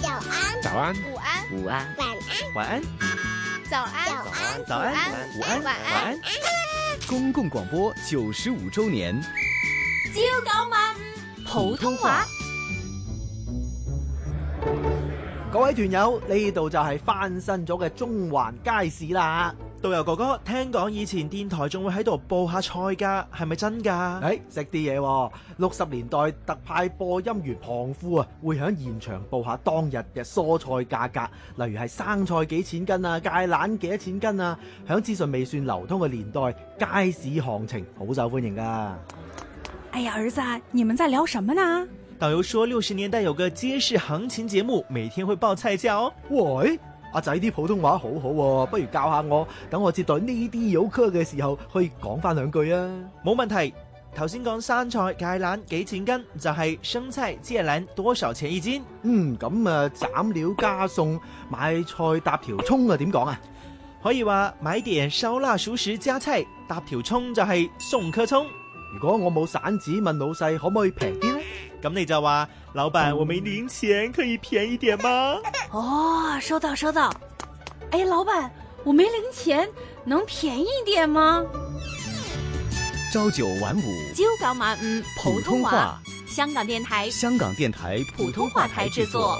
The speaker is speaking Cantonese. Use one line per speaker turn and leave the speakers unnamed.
早安，
午安，
午安，
晚安，
晚安，
早安，
早安
早安，午安，
晚
晚
安
安。公共广播九十五周年，
朝九晚五普通话。
各位團友，呢度就係翻新咗嘅中環街市啦。
導遊哥哥，聽講以前電台仲會喺度報下菜㗎，係咪
誒、
真㗎？
食啲嘢喎。六十年代特派播音員胖夫啊，會喺現場報下當日嘅蔬菜價格，例如係生菜幾錢斤啊，芥蘭幾多錢斤啊。響資訊未算流通嘅年代，街市行情好受歡迎㗎。
哎呀，儿子啊，你们在聊什么呢？
導遊說六十年代有個街市行情節目，每天會報菜價哦。
喂，阿仔啲普通話好好、喎，不如教下我，等我接待呢啲遊客嘅時候，可以講翻兩句啊。
冇問題。頭先講生菜芥蘭幾錢斤，就係、生菜芥蘭多少錢一斤？
嗯，咁啊，斬料加餸，買菜搭條葱啊，點講啊？
可以話買點燒臘熟食加菜，搭條葱就係送棵葱。
如果我冇散紙，問老細可唔可以平啲呢？
咁你就話老闆，我沒零錢，可以便宜點嗎？
哦，收到收到。哎，老板，我没零钱，能便宜点吗？
朝九晚五，
朝九晚五
嗯
普通话，
香港电台
香港电台普通话台制作。